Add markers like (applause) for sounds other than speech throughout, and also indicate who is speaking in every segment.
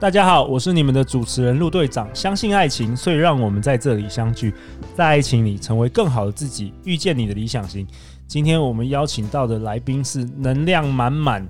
Speaker 1: 大家好，我是你们的主持人陆队长。相信爱情，所以让我们在这里相聚，在爱情里成为更好的自己，遇见你的理想型。今天我们邀请到的来宾是能量满满、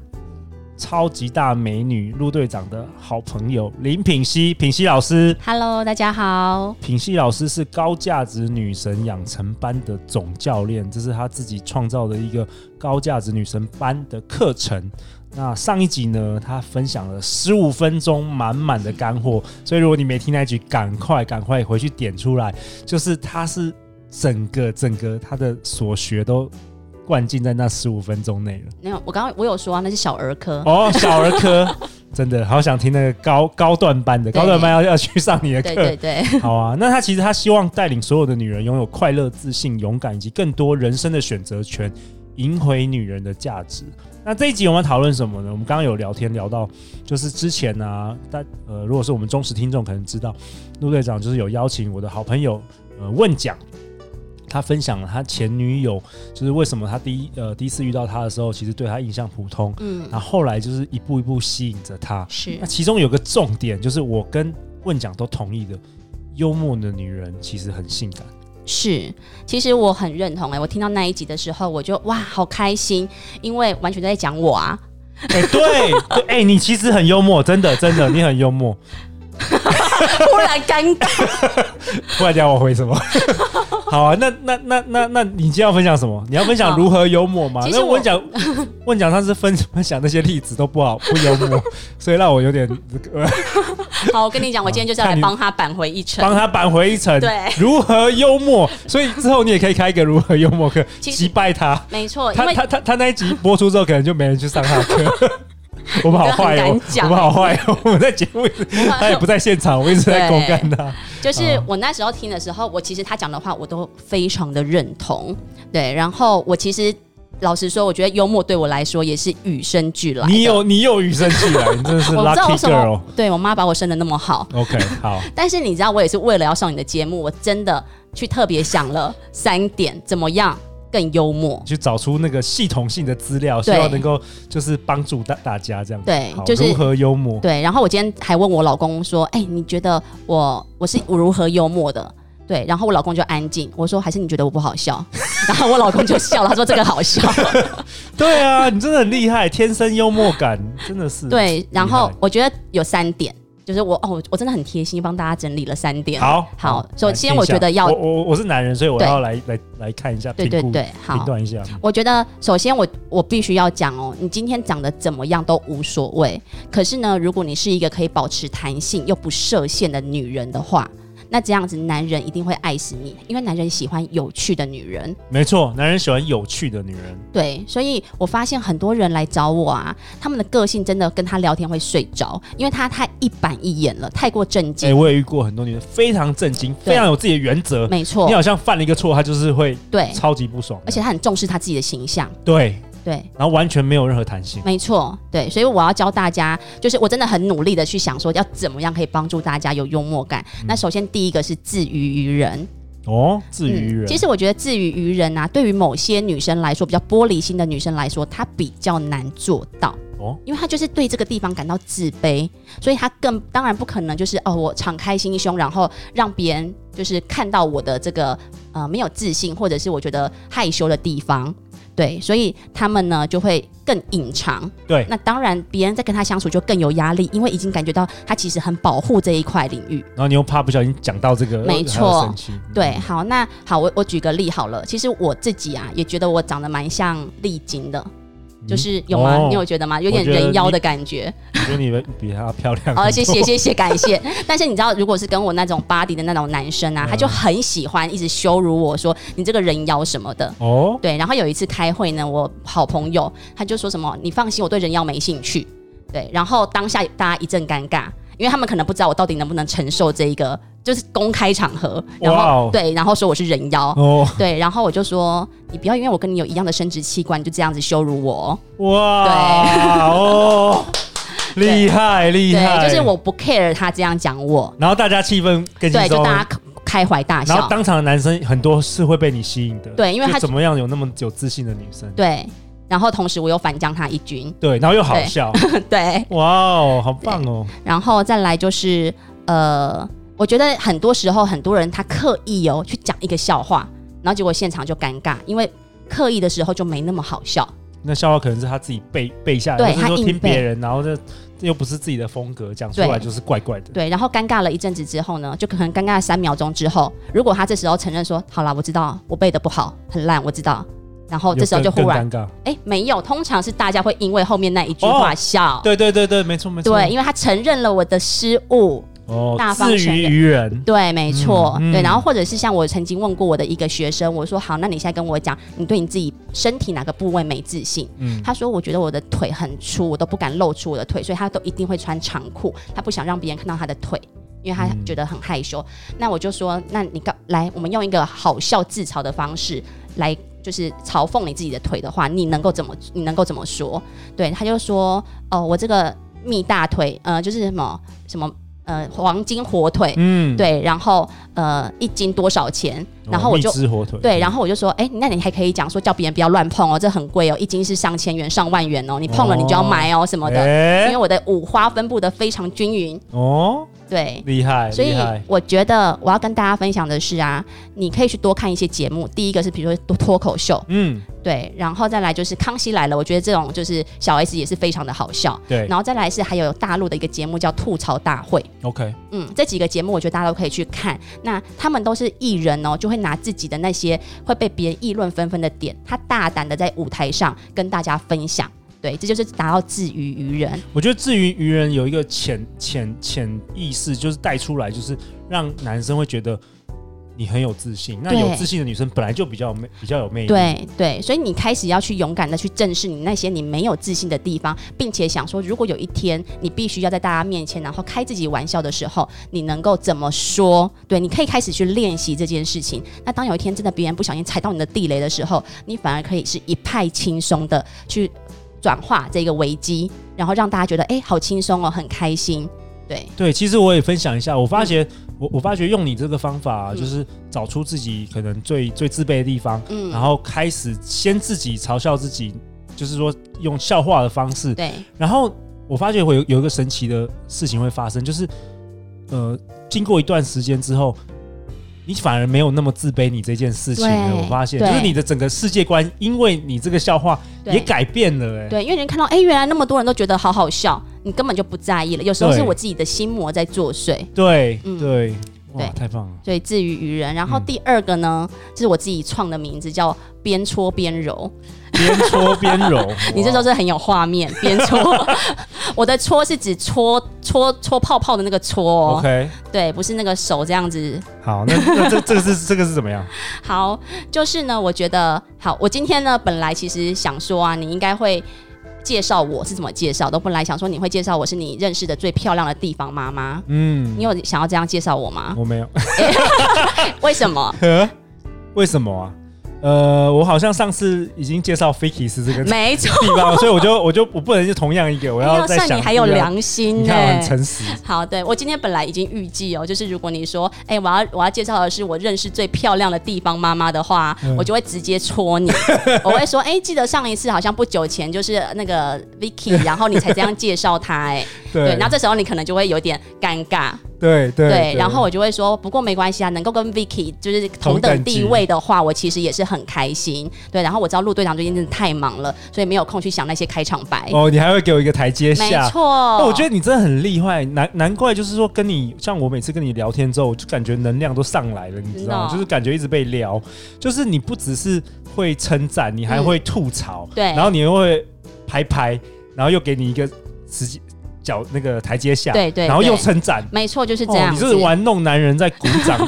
Speaker 1: 超级大美女陆队长的好朋友林品熙，品熙老师。
Speaker 2: Hello，大家好。
Speaker 1: 品熙老师是高价值女神养成班的总教练，这是他自己创造的一个高价值女神班的课程。那上一集呢，他分享了十五分钟满满的干货，所以如果你没听那一集，赶快赶快回去点出来。就是他是整个整个他的所学都灌进在那十五分钟内了。
Speaker 2: 没有，我刚刚我有说啊，那是小儿科。
Speaker 1: 哦，小儿科 (laughs) 真的好想听那个高高段班的，
Speaker 2: 对
Speaker 1: 高段班要要去上你的课。
Speaker 2: 对对对， (laughs)
Speaker 1: (laughs) 好啊，那他其实他希望带领所有的女人拥有快乐、自信、勇敢以及更多人生的选择权，赢回女人的价值。那这一集我们要讨论什么呢？我们刚刚有聊天聊到，就是之前呢、啊，大呃，如果是我们忠实听众，可能知道陆队长就是有邀请我的好朋友呃问讲，他分享了他前女友就是为什么他第一呃第一次遇到他的时候，其实对他印象普通，
Speaker 2: 嗯，
Speaker 1: 然后后来就是一步一步吸引着他，
Speaker 2: 是
Speaker 1: 那其中有个重点，就是我跟问讲都同意的，幽默的女人其实很性感。
Speaker 2: 是。其实我很认同哎、我听到那一集的时候，我就哇，好开心，因为完全都在讲
Speaker 1: (laughs)
Speaker 2: 我啊。
Speaker 1: (laughs) 哎、对，对，哎、你其实很幽默，真的，真的，你很幽默。
Speaker 2: 突然尴尬，
Speaker 1: 不然讲我回什 (laughs) 么？好啊，那那那那那你今天要分享什么？你要分享
Speaker 2: 好
Speaker 1: 如何幽默吗？
Speaker 2: 其实
Speaker 1: 那
Speaker 2: 我
Speaker 1: 问讲 (laughs) 问讲，他是分分享那些例子都不好不幽默，所以让我有 (laughs) 点呃
Speaker 2: 好，我跟你讲，我今
Speaker 1: (laughs)
Speaker 2: 天就是要
Speaker 1: 看
Speaker 2: 来
Speaker 1: 啊你
Speaker 2: 帮他扳回一
Speaker 1: 帮
Speaker 2: 城。
Speaker 1: 他扳回一城。
Speaker 2: 对
Speaker 1: 如何幽默？所以之后你也可以开一个如何幽默课，
Speaker 2: 其实
Speaker 1: 击败他。
Speaker 2: 没错，因
Speaker 1: 他
Speaker 2: 为
Speaker 1: 他他他那一集播出之后，可能就没人去上他的课。
Speaker 2: (laughs)
Speaker 1: 我们好坏
Speaker 2: 我
Speaker 1: 哦
Speaker 2: 很敢，讲
Speaker 1: 我们好坏哦，我们在节目一直，他也不在现场，我一直在公干他。
Speaker 2: (laughs) 就是
Speaker 1: 嗯
Speaker 2: 我那时候听的时候，我其实他讲的话我都非常的认同。对，然后我其实老实说，我觉得幽默对我来说也是与生俱来的。
Speaker 1: 你有你有与生俱来，你真的是
Speaker 2: 哎 (laughs) 我不知道
Speaker 1: lucky
Speaker 2: 为什么
Speaker 1: girl。，
Speaker 2: 对我妈把我生的那么好。
Speaker 1: OK，好，
Speaker 2: 但是你知道，我也是为了要上你的节目，我真的去特别想了三点，怎么样更幽默？
Speaker 1: 去找出那个系统性的资料，希
Speaker 2: 对
Speaker 1: 望能够就是帮助大大家这样。
Speaker 2: 对
Speaker 1: 好
Speaker 2: 就是
Speaker 1: 如何幽默。
Speaker 2: 对，然后我今天还问我老公说：“哎、你觉得我我是我如何幽默的？”对，然后我老公就安静，我说：“还是你觉得我不好笑？” (laughs) 然后我老公就笑了，他说：“这个好笑。
Speaker 1: 对啊，你真的很厉害，天生幽默感真的 (laughs) 是”。
Speaker 2: (laughs) 对，然
Speaker 1: 厉
Speaker 2: 后
Speaker 1: 害
Speaker 2: 我觉得有三点，就是我哦，我真的很贴心，帮大家整理了三点。
Speaker 1: 好
Speaker 2: 好，首
Speaker 1: 来
Speaker 2: 先
Speaker 1: 听一
Speaker 2: 我觉
Speaker 1: 下
Speaker 2: 得要
Speaker 1: 我我我是男人，所以我
Speaker 2: 对
Speaker 1: 要来来来看一下，
Speaker 2: 对对
Speaker 1: 评估
Speaker 2: 对，
Speaker 1: 评
Speaker 2: 好。
Speaker 1: 断一下。
Speaker 2: 我觉得，首先我我必须要讲哦，你今天长得怎么样都无所谓。可是呢，如果你是一个可以保持弹性又不设限的女人的话，那这样子男人一定会爱死你，因为男人喜欢有趣的女人。
Speaker 1: 没错，男人喜欢有趣的女人。
Speaker 2: 对，所以我发现很多人来找我啊，他们的个性真的跟他聊天会睡着，因为他太一板一眼了，太过正
Speaker 1: 哎、
Speaker 2: 经。
Speaker 1: 我也遇过很多女人，非常震惊，
Speaker 2: 对
Speaker 1: 非常有自己的原则。
Speaker 2: 没错
Speaker 1: 你，好像犯了一个错，她就是会
Speaker 2: 对，
Speaker 1: 超级不爽的，
Speaker 2: 而且他很重视他自己的形象。
Speaker 1: 对，
Speaker 2: 对，
Speaker 1: 然后完全没有任何弹性。
Speaker 2: 没错，对，所以我要教大家，就是我真的很努力的去想说，要怎么样可以帮助大家有幽默感。
Speaker 1: 嗯
Speaker 2: 那首先第一个是自娱于人，
Speaker 1: 哦，至于人，
Speaker 2: 嗯其实我觉得自娱于人啊，对于某些女生来说，比较玻璃心的女生来说，她比较难做到。
Speaker 1: 哦
Speaker 2: 因为她就是对这个地方感到自卑，所以她更当然不可能就是哦，我敞开心胸，然后让别人就是看到我的这个呃没有自信，或者是我觉得害羞的地方。对，所以他们呢就会更隐藏。
Speaker 1: 对
Speaker 2: 那当然别人在跟他相处就更有压力，因为已经感觉到他其实很保护这一块领域。
Speaker 1: 然后你又怕不小心讲到这个，
Speaker 2: 没
Speaker 1: 还要
Speaker 2: 错
Speaker 1: 生气，嗯
Speaker 2: 对，好，那好，我我举个例好了。其实我自己啊，也觉得我长得蛮像丽晶的，就是有吗？
Speaker 1: 哦
Speaker 2: 你有觉得吗？有
Speaker 1: 我
Speaker 2: 点
Speaker 1: 觉得
Speaker 2: 人妖
Speaker 1: 你
Speaker 2: 的感
Speaker 1: (laughs)
Speaker 2: 觉。
Speaker 1: 我觉得你比她漂亮很多，
Speaker 2: 好，哦谢谢谢谢
Speaker 1: (laughs)
Speaker 2: 感谢。但是你知道，如果是跟我那种 body 的那种男生啊，他就
Speaker 1: 嗯
Speaker 2: 很喜欢一直羞辱我说你这个人妖什么的。
Speaker 1: 哦，
Speaker 2: 对，然后有一次开会呢，我好朋友他就说什么：“你放心，我对人妖没兴趣。”对，然后当下大家一阵尴尬，因为他们可能不知道我到底能不能承受这一个，就是公开场合，然后、
Speaker 1: 哇哦
Speaker 2: 对，然后说我是人妖，
Speaker 1: 哦，
Speaker 2: 对，然后我就说：“你不要因为我跟你有一样的生殖器官，你就这样子羞辱我哦。”
Speaker 1: 哇，哦，厉害厉害，
Speaker 2: 对，就是我不 care 他这样讲我，
Speaker 1: 然后大家气氛更轻
Speaker 2: 对，就
Speaker 1: 松，
Speaker 2: 大家开怀大
Speaker 1: 然后
Speaker 2: 啊笑。
Speaker 1: 当场的男生很多是会被你吸引的，
Speaker 2: 对因为
Speaker 1: 就
Speaker 2: 他
Speaker 1: 怎么样有那么有自信的女生，
Speaker 2: 对，然后同时我又反将他一军， (laughs)
Speaker 1: 对，然后又好
Speaker 2: 对
Speaker 1: 笑， (laughs)
Speaker 2: 对，
Speaker 1: 哇哦，好棒哦，
Speaker 2: 然后再来就是呃，我觉得很多时候很多人他刻意哦去讲一个笑话，然后结果现场就尴尬，因为刻意的时候就没那么好笑。
Speaker 1: 那笑话可能是他自己背背下来，
Speaker 2: 对
Speaker 1: 或是说
Speaker 2: 他硬
Speaker 1: 听别
Speaker 2: 背
Speaker 1: 人，然后这这又不是自己的风格，讲出
Speaker 2: 对
Speaker 1: 来就是怪怪的，
Speaker 2: 对，然后尴尬了一阵子之后呢，就可能尴尬三秒钟之后，如果他这时候承认说：“好啦，我知道我背的不好，很烂，我知道。”然后
Speaker 1: 有
Speaker 2: 这时候就
Speaker 1: 更
Speaker 2: 忽然
Speaker 1: 更尴尬，
Speaker 2: 哎，没有，通常是大家会因为后面那一句
Speaker 1: 哦
Speaker 2: 话笑。
Speaker 1: 对对对对，没错没错，
Speaker 2: 对，因为他承认了我的失误，
Speaker 1: 哦
Speaker 2: 大，方
Speaker 1: 自
Speaker 2: 承
Speaker 1: 娱
Speaker 2: 认
Speaker 1: 于人，
Speaker 2: 对，没错，
Speaker 1: 嗯嗯
Speaker 2: 对。然后或者是像我曾经问过我的一个学生，我说好，那你现在跟我讲，你对你自己身体哪个部位没自信？
Speaker 1: 嗯，
Speaker 2: 他说我觉得我的腿很粗，我都不敢露出我的腿，所以他都一定会穿长裤，他不想让别人看到他的腿。因为他
Speaker 1: 嗯
Speaker 2: 觉得很害羞，那我就说，那你告来，我们用一个好笑自嘲的方式来，就是嘲讽你自己的腿的话，你能够怎么，你能够怎么说？对，他就说，哦，我这个蜜大腿，呃，就是什么什么，呃，黄金火腿，
Speaker 1: 嗯，
Speaker 2: 对，然后呃一斤多少钱？
Speaker 1: 哦，
Speaker 2: 然后我就、
Speaker 1: 蜜汁火腿，
Speaker 2: 对，然后我就说，哎，那你还可以讲说叫别人不要乱碰哦，这很贵哦，一斤是上千元、上万元哦，你碰了你就要买哦什么的。因
Speaker 1: 哎
Speaker 2: 为我的五花分布的非常均匀，
Speaker 1: 哦，
Speaker 2: 对。
Speaker 1: 厉害，
Speaker 2: 所以
Speaker 1: 厉害，
Speaker 2: 我觉得我要跟大家分享的是啊，你可以去多看一些节目。第一个是比如说脱脱口秀，
Speaker 1: 嗯，
Speaker 2: 对，然后再来就是《康熙来了》，我觉得这种就是小 S 也是非常的好笑。
Speaker 1: 对
Speaker 2: 然后再来是还有大陆的一个节目叫《吐槽大会》，
Speaker 1: ，OK，
Speaker 2: 嗯，这几个节目我觉得大家都可以去看。那他们都是艺人哦，就会拿自己的那些会被别人议论纷纷的点，他大胆的在舞台上跟大家分享。对，这就是达到自娱于人。
Speaker 1: 我觉得至于愚人有一个潜潜潜意识，就是带出来，就是让男生会觉得你很有自信。那
Speaker 2: 对
Speaker 1: 有自信的女生本来就比较有魅，比较有魅力。，
Speaker 2: 对嗯对，所以你开始要去勇敢的去正视你那些你没有自信的地方，并且想说，如果有一天你必须要在大家面前，然后开自己玩笑的时候，你能够怎么说？对，你可以开始去练习这件事情。那当有一天真的别人不小心踩到你的地雷的时候，你反而可以是一派轻松的去转化这个危机，然后让大家觉得哎，好轻松哦，很开心。对，
Speaker 1: 对，其实我也分享一下，我发觉、我我发觉用你这个方法啊、
Speaker 2: 嗯
Speaker 1: 就是找出自己可能最最自卑的地方，
Speaker 2: 嗯，
Speaker 1: 然后开始先自己嘲笑自己，就是说用笑话的方式，
Speaker 2: 对，
Speaker 1: 然后我发觉会有有一个神奇的事情会发生，就是呃，经过一段时间之后，你反而没有那么自卑你这件事情了。
Speaker 2: 对
Speaker 1: 我发现，就
Speaker 2: 对
Speaker 1: 是你的整个世界观，因为你这个笑话
Speaker 2: 对
Speaker 1: 也改变了、哎，
Speaker 2: 对，因为人看到，哎、原来那么多人都觉得好好笑，你根本就不在意了。有时候
Speaker 1: 对
Speaker 2: 是我自己的心魔在作祟，
Speaker 1: 对
Speaker 2: 嗯
Speaker 1: 对，哇，
Speaker 2: 对
Speaker 1: 太棒了！
Speaker 2: 所以自娱于人。然后
Speaker 1: 嗯
Speaker 2: 第二个呢，就是我自己创的名字叫“边搓边揉，”，
Speaker 1: 边搓边揉
Speaker 2: (laughs) 你这时候
Speaker 1: 哇
Speaker 2: 是很有画面，边
Speaker 1: (laughs)
Speaker 2: 搓。我的搓是指搓搓搓泡泡的那个搓、哦
Speaker 1: OK，
Speaker 2: 对，不是那个手这样子。
Speaker 1: 好，那那这这个是这个是怎么样？
Speaker 2: 好，就是呢，我觉得好，我今天呢本来其实想说啊，你应该会。介绍我是怎么介绍的？我本来想说你会介绍我是你认识的最漂亮的地方妈妈，
Speaker 1: 嗯
Speaker 2: 你，有想要这样介绍我吗？
Speaker 1: 我没有， (laughs)
Speaker 2: 为什么？
Speaker 1: 为什么啊？呃，我好像上次已经介绍 Fiki 是这个
Speaker 2: 没错，
Speaker 1: 地方，所以我就我就我不能就同样一个， (laughs) 我要
Speaker 2: 要
Speaker 1: 再
Speaker 2: 啊算
Speaker 1: 想
Speaker 2: 你还有
Speaker 1: 不一样
Speaker 2: 良欸心
Speaker 1: 你
Speaker 2: 呢、
Speaker 1: 看我很诚实，
Speaker 2: 好，对我今天本来已经预计哦，就是如果你说，哎、我要我要介绍的是我认识最漂亮的地方妈妈的话，
Speaker 1: 嗯
Speaker 2: 我就会直接戳
Speaker 1: (laughs)
Speaker 2: 你，我会说，哎、记得上一次好像不久前就是那个 Vicky，然后你才这样介绍她、哎，
Speaker 1: (laughs) 对
Speaker 2: 对，然后这时候你可能就会有点尴尬，
Speaker 3: 对对
Speaker 2: 对，然后我就会说，不过没关系啊，能够跟 Vicky 就是同等地位的话，我其实也是很开心。对，然后我知道陆队长最近真的太忙了，所以没有空去想那些开场白。
Speaker 3: 哦，你还会给我一个台阶
Speaker 2: 没
Speaker 3: 下。
Speaker 2: 错，
Speaker 1: 啊那我觉得你真的很厉害，难难怪就是说跟你像我每次跟你聊天之后，我就感觉能量都上来了，你知道
Speaker 2: 真的
Speaker 1: 吗
Speaker 2: 哦？
Speaker 1: 就是感觉一直被聊，就是你不只是会称赞，你还会吐槽，
Speaker 2: 嗯对
Speaker 1: 然后你又会拍拍，然后又给你一个时间脚那个台阶下，
Speaker 2: 对对
Speaker 1: 然后又
Speaker 2: 对
Speaker 1: 称赞，
Speaker 2: 没错就是这
Speaker 1: 哦，
Speaker 2: 样
Speaker 1: 你
Speaker 2: 子。
Speaker 1: 就是玩弄男人在鼓
Speaker 2: (laughs)
Speaker 1: 掌，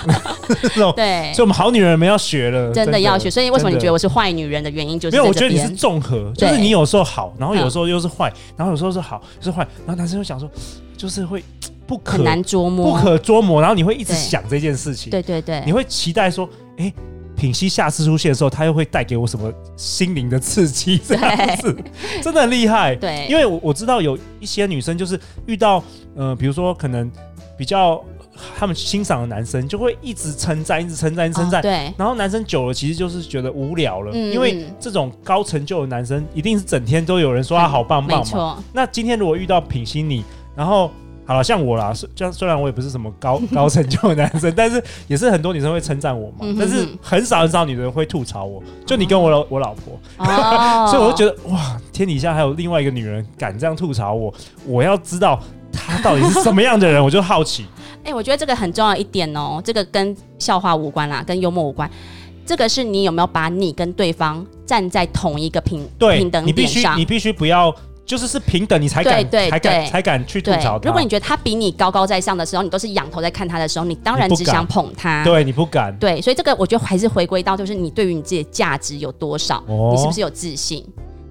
Speaker 1: 那种，
Speaker 2: 对
Speaker 1: 所以，我们好女人们要学了，
Speaker 2: 哎真的要学。所以为什么你觉得
Speaker 1: 我？
Speaker 2: 我是坏女人的原因就是
Speaker 1: 没有，
Speaker 2: 在
Speaker 1: 我
Speaker 2: 这
Speaker 1: 觉得你是
Speaker 2: 边
Speaker 1: 综合，就是
Speaker 2: 对
Speaker 1: 你有时候好，然后有
Speaker 2: 嗯
Speaker 1: 时候又是坏，然后有时候是好，又是坏，然后男生就想说，就是会不可
Speaker 2: 很难捉摸。
Speaker 1: 不可捉摸，然后你会一直
Speaker 2: 对
Speaker 1: 想这件事情，
Speaker 2: 对对对
Speaker 1: 你，会期待说，哎，品熙下次出现的时候，他又会带给我什么心灵的刺激？这样子真的很厉害。
Speaker 2: 对
Speaker 1: 因为我我知道有一些女生就是遇到，呃，比如说可能比较他们欣赏的男生，就会一直称赞，一直称赞，一直称
Speaker 2: 哦
Speaker 1: 赞，
Speaker 2: 对，
Speaker 1: 然后男生久了其实就是觉得无聊了，
Speaker 2: 嗯
Speaker 1: 因为
Speaker 2: 嗯
Speaker 1: 这种高成就的男生一定是整天都有人说他好棒
Speaker 2: 没
Speaker 1: 棒嘛。
Speaker 2: 错，
Speaker 1: 那今天如果遇到品心你，然后好了，像我啦，虽像虽然我也不是什么高 (laughs) 高成就的男生，但是也是很多女生会称赞我嘛，
Speaker 2: 嗯哼哼嗯
Speaker 1: 但是很少很少女人会吐槽我，就你跟我老、我老婆，
Speaker 2: 哦
Speaker 1: (laughs) 所以我就觉得哇，天底下还有另外一个女人敢这样吐槽我，我要知道她到底是什么样的人，我就好奇。
Speaker 2: 哎、我觉得这个很重要一点哦，这个跟笑话无关啦，跟幽默无关。这个是你有没有把你跟对方站在同一个平
Speaker 1: 对
Speaker 2: 平，等
Speaker 1: 你必
Speaker 2: 点
Speaker 1: 须
Speaker 2: 上
Speaker 1: 你？必须不要，就是是平等，你才敢
Speaker 2: 对对
Speaker 1: 才敢
Speaker 2: 对
Speaker 1: 才敢去吐
Speaker 2: 对
Speaker 1: 槽，他。
Speaker 2: 如果你觉得他比你高高在上的时候，你都是仰头在看他的时候，你当然
Speaker 1: 你不
Speaker 2: 只
Speaker 1: 敢
Speaker 2: 想捧他。
Speaker 1: 对你不敢，
Speaker 2: 对，所以这个我觉得还是回归到，就是你对于你自己的价值有多少，
Speaker 1: 哦
Speaker 2: 你是不是有自信？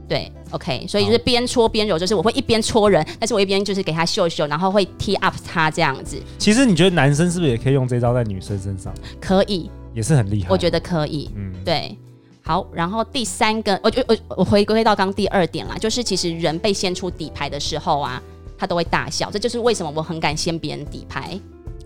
Speaker 2: 对，OK，所以就是边搓边揉，就是我会一边搓人，但是我一边就是给他秀秀，然后会 t up 他这样子，
Speaker 1: 其实你觉得男生是不是也可以用这招在女生身上，
Speaker 2: 可以，
Speaker 1: 也是很厉害？
Speaker 2: 我觉
Speaker 1: 得，
Speaker 2: 得可以。
Speaker 1: 嗯，
Speaker 2: 对，好，然后第三个，我就我我回归到刚第二点啦，就是其实人被掀出底牌的时候啊，他都会大笑，这就是为什么我很敢掀别人底牌，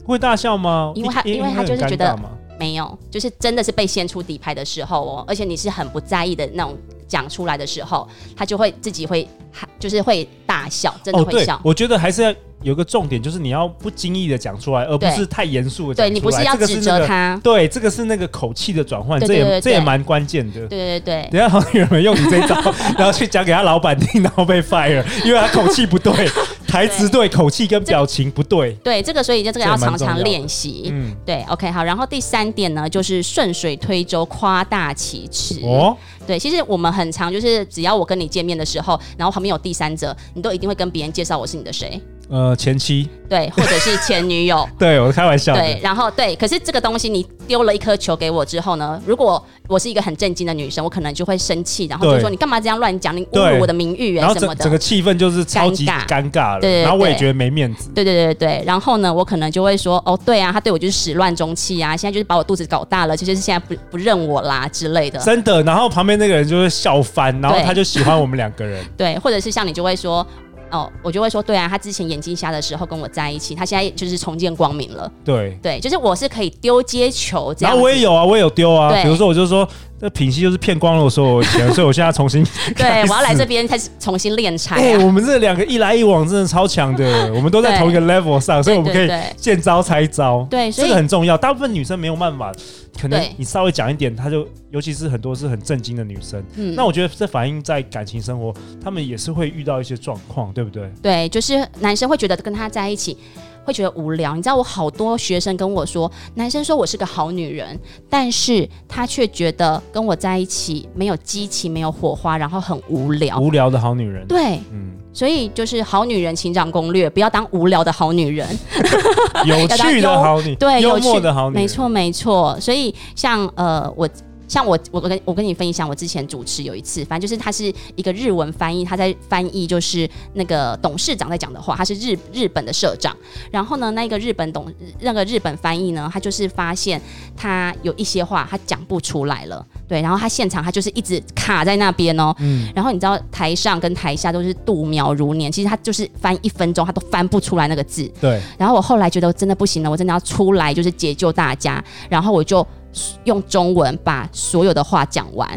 Speaker 1: 会大笑吗？
Speaker 2: 因为他
Speaker 1: 一
Speaker 2: 因为他
Speaker 1: 很
Speaker 2: 就是
Speaker 1: 尴
Speaker 2: 觉得
Speaker 1: 尬嘛
Speaker 2: 没有，就是真的是被掀出底牌的时候哦，而且你是很不在意的那种讲出来的时候，他就会自己会哈就是会大笑，真的
Speaker 1: 哦，
Speaker 2: 会
Speaker 1: 对
Speaker 2: 笑。，
Speaker 1: 我觉得还是要有个重点，就是你要不经意的讲出来，而不
Speaker 2: 对
Speaker 1: 是太严肃的讲
Speaker 2: 对
Speaker 1: 出来。
Speaker 2: 你不是要
Speaker 1: 这个
Speaker 2: 指
Speaker 1: 那
Speaker 2: 责
Speaker 1: 个，
Speaker 2: 他，
Speaker 1: 对，这个是那个口气的转换，
Speaker 2: 对
Speaker 1: 这
Speaker 2: 对
Speaker 1: 也
Speaker 2: 对
Speaker 1: 这也
Speaker 2: 对
Speaker 1: 蛮关键的。
Speaker 2: 对对对对，
Speaker 1: 等一下好像有人用你这一
Speaker 2: (laughs)
Speaker 1: 招，然后去讲给他老板听，然后被 fire，因为他口气不
Speaker 2: (laughs)
Speaker 1: 对，台词对，口气跟表情不对。
Speaker 2: 对这个所以就这个
Speaker 1: 这
Speaker 2: 要
Speaker 1: 也蛮
Speaker 2: 常
Speaker 1: 重要
Speaker 2: 常
Speaker 1: 的
Speaker 2: 练习。
Speaker 1: 嗯，
Speaker 2: 对，OK，好，然后第三点呢，就是顺水推舟，夸大其词。
Speaker 1: 哦，
Speaker 2: 对，其实我们很常就是，只要我跟你见面的时候，然后旁边有第三者，你都一定会跟别人介绍我是你的谁，
Speaker 1: 呃，前妻，，
Speaker 2: 对，或者是前女友
Speaker 1: (laughs) 对我是开玩笑
Speaker 2: 对
Speaker 1: 的，，
Speaker 2: 然后对，可是这个东西你丢了一颗球给我之后呢，如果我是一个很震惊的女生，我可能就会生气，然后就
Speaker 1: 对
Speaker 2: 说你干嘛这样乱讲，你侮
Speaker 1: 对
Speaker 2: 辱我的名誉
Speaker 1: 然
Speaker 2: 哎
Speaker 1: 后
Speaker 2: 什么
Speaker 1: 整整
Speaker 2: 的。
Speaker 1: 个气氛就是超级尴尬了，
Speaker 2: 对对对
Speaker 1: 然后我也觉得没面子，
Speaker 2: 对对对对对，然后呢，我可能就会说，哦，对啊，他对我就是始乱终弃啊，现在就是把我肚子搞大了，就是现在不不认我啦之类的。
Speaker 1: 真的。然后旁边那个人就会笑翻，然后
Speaker 2: 对
Speaker 1: 他就喜欢我们两个
Speaker 2: (laughs)
Speaker 1: 人，
Speaker 2: 对，或者是像你就会说，哦，我就会说，对啊，他之前眼睛瞎的时候跟我在一起，他现在就是重见光明了。
Speaker 1: 对。
Speaker 2: 对，就是我是可以丢接球这
Speaker 1: 然
Speaker 2: 样
Speaker 1: 后
Speaker 2: 子。
Speaker 1: 我也有啊，我也有丢啊，
Speaker 2: 对
Speaker 1: 比如说我就说，那品系就是骗光了我所有的钱，所以我现在重新
Speaker 2: 对，
Speaker 1: 开始
Speaker 2: 我要来这边开始重新练柴、
Speaker 1: 哎、
Speaker 2: 啊。
Speaker 1: 我们这两个一来一往真的超强
Speaker 2: (laughs)
Speaker 1: 的，我们都在
Speaker 2: 对
Speaker 1: 同一个 level 上，所以我们可
Speaker 2: 对
Speaker 1: 以
Speaker 2: 对
Speaker 1: 见招拆招。
Speaker 2: 对所以
Speaker 1: 这个很重要。大部分女生没有办法，可能
Speaker 2: 对
Speaker 1: 你稍微讲一点，她就，尤其是很多是很震惊的女生。
Speaker 2: 嗯
Speaker 1: 那我觉得这反映在感情生活，她们也是会遇到一些状况，对不对？
Speaker 2: 对，就是男生会觉得跟他在一起。会觉得无聊，你知道我好多学生跟我说，男生说我是个好女人，但是他却觉得跟我在一起没有激情，没有火花，然后很无聊。
Speaker 1: 无聊的好女人。
Speaker 2: 哦对，
Speaker 1: 嗯，
Speaker 2: 所以就是好女人情长攻略，不要当无聊的好女人。
Speaker 1: 有
Speaker 2: 当
Speaker 1: 趣的
Speaker 2: 幽
Speaker 1: 好女，
Speaker 2: (laughs) 对，
Speaker 1: 幽
Speaker 2: 有
Speaker 1: 默
Speaker 2: 趣
Speaker 1: 的好女人，
Speaker 2: 没错没错。所以像呃我。像我，我跟我跟你分享，我之前主持有一次，反正就是他是一个日文翻译，他在翻译就是那个董事长在讲的话，他是日日本的社长。然后呢，那个日本董那个日本翻译呢，他就是发现他有一些话他讲不出来了，对，然后他现场他就是一直卡在那边哦。
Speaker 1: 嗯
Speaker 2: 然后你知道台上跟台下都是度秒如年，其实他就是翻一分钟他都翻不出来那个字，
Speaker 1: 对，
Speaker 2: 然后我后来觉得真的不行了，我真的要出来就是解救大家，然后我就用中文把所有的话讲完。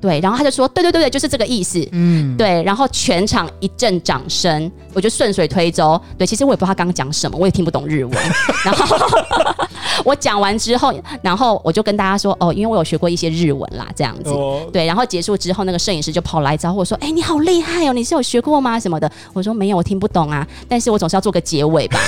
Speaker 2: 对，然后他就说，对对对对，就是这个意思。
Speaker 3: 嗯，
Speaker 2: 对，然后全场一阵掌声，我就顺水推舟。对，其实我也不知道他刚刚讲什么，我也听不懂日文。 (laughs) 然后我讲完之后，然后我就跟大家说，哦，因为我有学过一些日文啦，这样子。
Speaker 1: 哦，
Speaker 2: 对，然后结束之后，那个摄影师就跑来找我说：“哎、你好厉害哦，你是有学过吗？什么的？”我说：“没有，我听不懂啊，但是我总是要做个结尾
Speaker 1: (laughs)
Speaker 2: 吧。”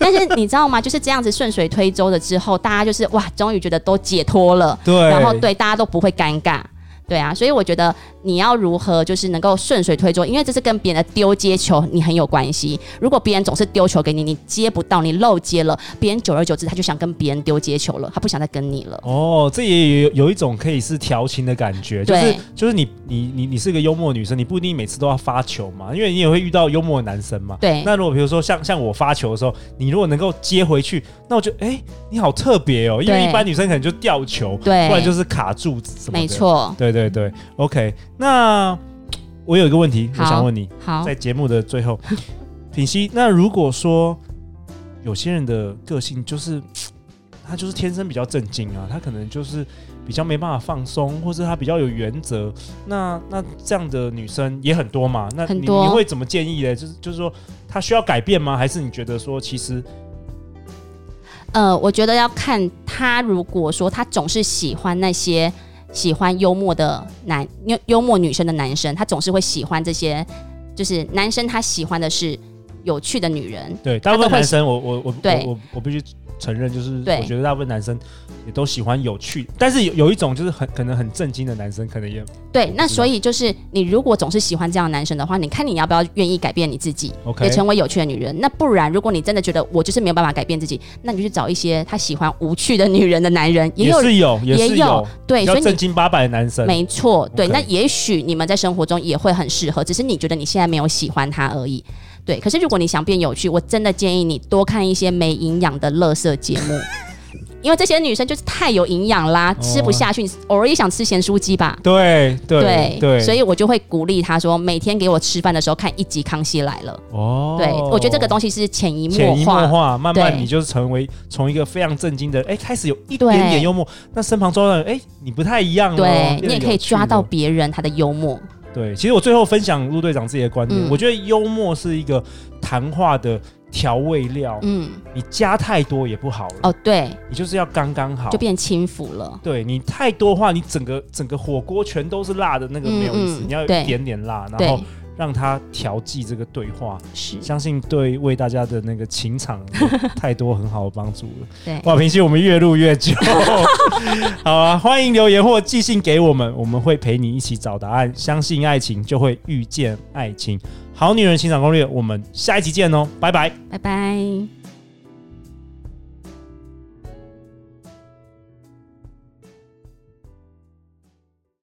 Speaker 2: 但是你知道吗？就是这样子顺水推舟了之后，大家就是哇，终于觉得都解脱了，
Speaker 1: 对，
Speaker 2: 然后对大家都不会尴尬。对啊，所以我觉得你要如何就是能够顺水推舟，因为这是跟别人的丢接球你很有关系。如果别人总是丢球给你，你接不到，你漏接了，别人久而久之他就想跟别人丢接球了，他不想再跟你了。
Speaker 1: 哦，这也有有一种可以是调情的感觉，就是
Speaker 2: 对
Speaker 1: 就是你你你你是个幽默女生，你不一定每次都要发球嘛，因为你也会遇到幽默的男生嘛。
Speaker 2: 对
Speaker 1: 那如果比如说像像我发球的时候，你如果能够接回去，那我就哎、你好特别哦，因为
Speaker 2: 对
Speaker 1: 一般女生可能就吊球，
Speaker 2: 对
Speaker 1: 不然就是卡住什么的。
Speaker 2: 没，错。
Speaker 1: 对对对，OK。那我有一个问题，我
Speaker 2: 好
Speaker 1: 想问你，
Speaker 2: 好，
Speaker 1: 在节目的最后， (laughs) 品熙，那如果说有些人的个性就是他就是天生比较正经啊，他可能就是比较没办法放松，或是他比较有原则，那那这样的女生也很多嘛，那你
Speaker 2: 很多
Speaker 1: 你会怎么建议呢？就是就是说她需要改变吗？还是你觉得说其实
Speaker 2: 呃，我觉得要看他，如果说他总是喜欢那些喜欢幽默的男幽幽默女生的男生，他总是会喜欢这些，就是男生他喜欢的是有趣的女人，
Speaker 1: 对大部分
Speaker 2: 都会
Speaker 1: 男生我，我我我
Speaker 2: 对
Speaker 1: 我我必须承认，就是
Speaker 2: 对
Speaker 1: 我觉得大部分男生也都喜欢有趣，但是有有一种就是很可能很正经的男生，可能也
Speaker 2: 对，那所以就是你如果总是喜欢这样的男生的话，你看你要不要愿意改变你自己
Speaker 1: OK
Speaker 2: 也成为有趣的女人。那不然，如果你真的觉得我就是没有办法改变自己，那你就去找一些他喜欢无趣的女人的男人，也有
Speaker 1: 是有也
Speaker 2: 也
Speaker 1: 是
Speaker 2: 有
Speaker 1: 有
Speaker 2: 对，
Speaker 1: 比
Speaker 2: 哎所
Speaker 1: 较
Speaker 2: 以你
Speaker 1: 正经八百的男生。
Speaker 2: 没错，对。
Speaker 1: OK
Speaker 2: 那也许你们在生活中也会很适合，只是你觉得你现在没有喜欢他而已。对，可是如果你想变有趣，我真的建议你多看一些没营养的乐色节
Speaker 1: (laughs)
Speaker 2: 目，因为这些女生就是太有营养啦，
Speaker 1: 哦
Speaker 2: 吃不下去，你偶尔也想吃咸酥鸡吧。
Speaker 1: 对对
Speaker 2: 对
Speaker 1: 对，
Speaker 2: 所以我就会鼓励她说，每天给我吃饭的时候看一集《康熙来了》
Speaker 1: 哦
Speaker 2: 对，我觉得这个东西是潜移
Speaker 1: 潜
Speaker 2: 默
Speaker 1: 移默
Speaker 2: 化，
Speaker 1: 化，慢慢
Speaker 2: 对
Speaker 1: 你就是成为从一个非常正经的，哎，开始有一点点
Speaker 2: 对
Speaker 1: 幽默，那身旁周围的人，哎，你不太一样了，
Speaker 2: 对
Speaker 1: 变得
Speaker 2: 你也可以
Speaker 1: 哦有趣
Speaker 2: 抓
Speaker 1: 了
Speaker 2: 到别人他的幽默。
Speaker 1: 对，其实我最后分享陆队长自己的观点，
Speaker 2: 嗯
Speaker 1: 我觉得幽默是一个谈话的调味料，
Speaker 2: 嗯，
Speaker 1: 你加太多也不好了，
Speaker 2: 哦，对，
Speaker 1: 你就是要刚刚好
Speaker 2: 就。变轻浮了。
Speaker 1: 对你太多的话，你整个整个火锅全都是辣的，那个
Speaker 2: 嗯
Speaker 1: 没有意思。
Speaker 2: 嗯
Speaker 1: 你要有
Speaker 2: 对
Speaker 1: 一点点辣，然
Speaker 2: 对
Speaker 1: 后，让它调剂这个对话，
Speaker 2: 是，
Speaker 1: 相信对为大家的那个情
Speaker 2: (laughs)
Speaker 1: 场有太多很好的帮助了。
Speaker 2: 对。
Speaker 1: 哇，平息我们越录越久， (laughs) 好啊！欢迎留言或寄信给我们，我们会陪你一起找答案。相信爱情，就会遇见爱情。好女人情场攻略，我们下一集见哦，拜拜。
Speaker 2: 拜拜。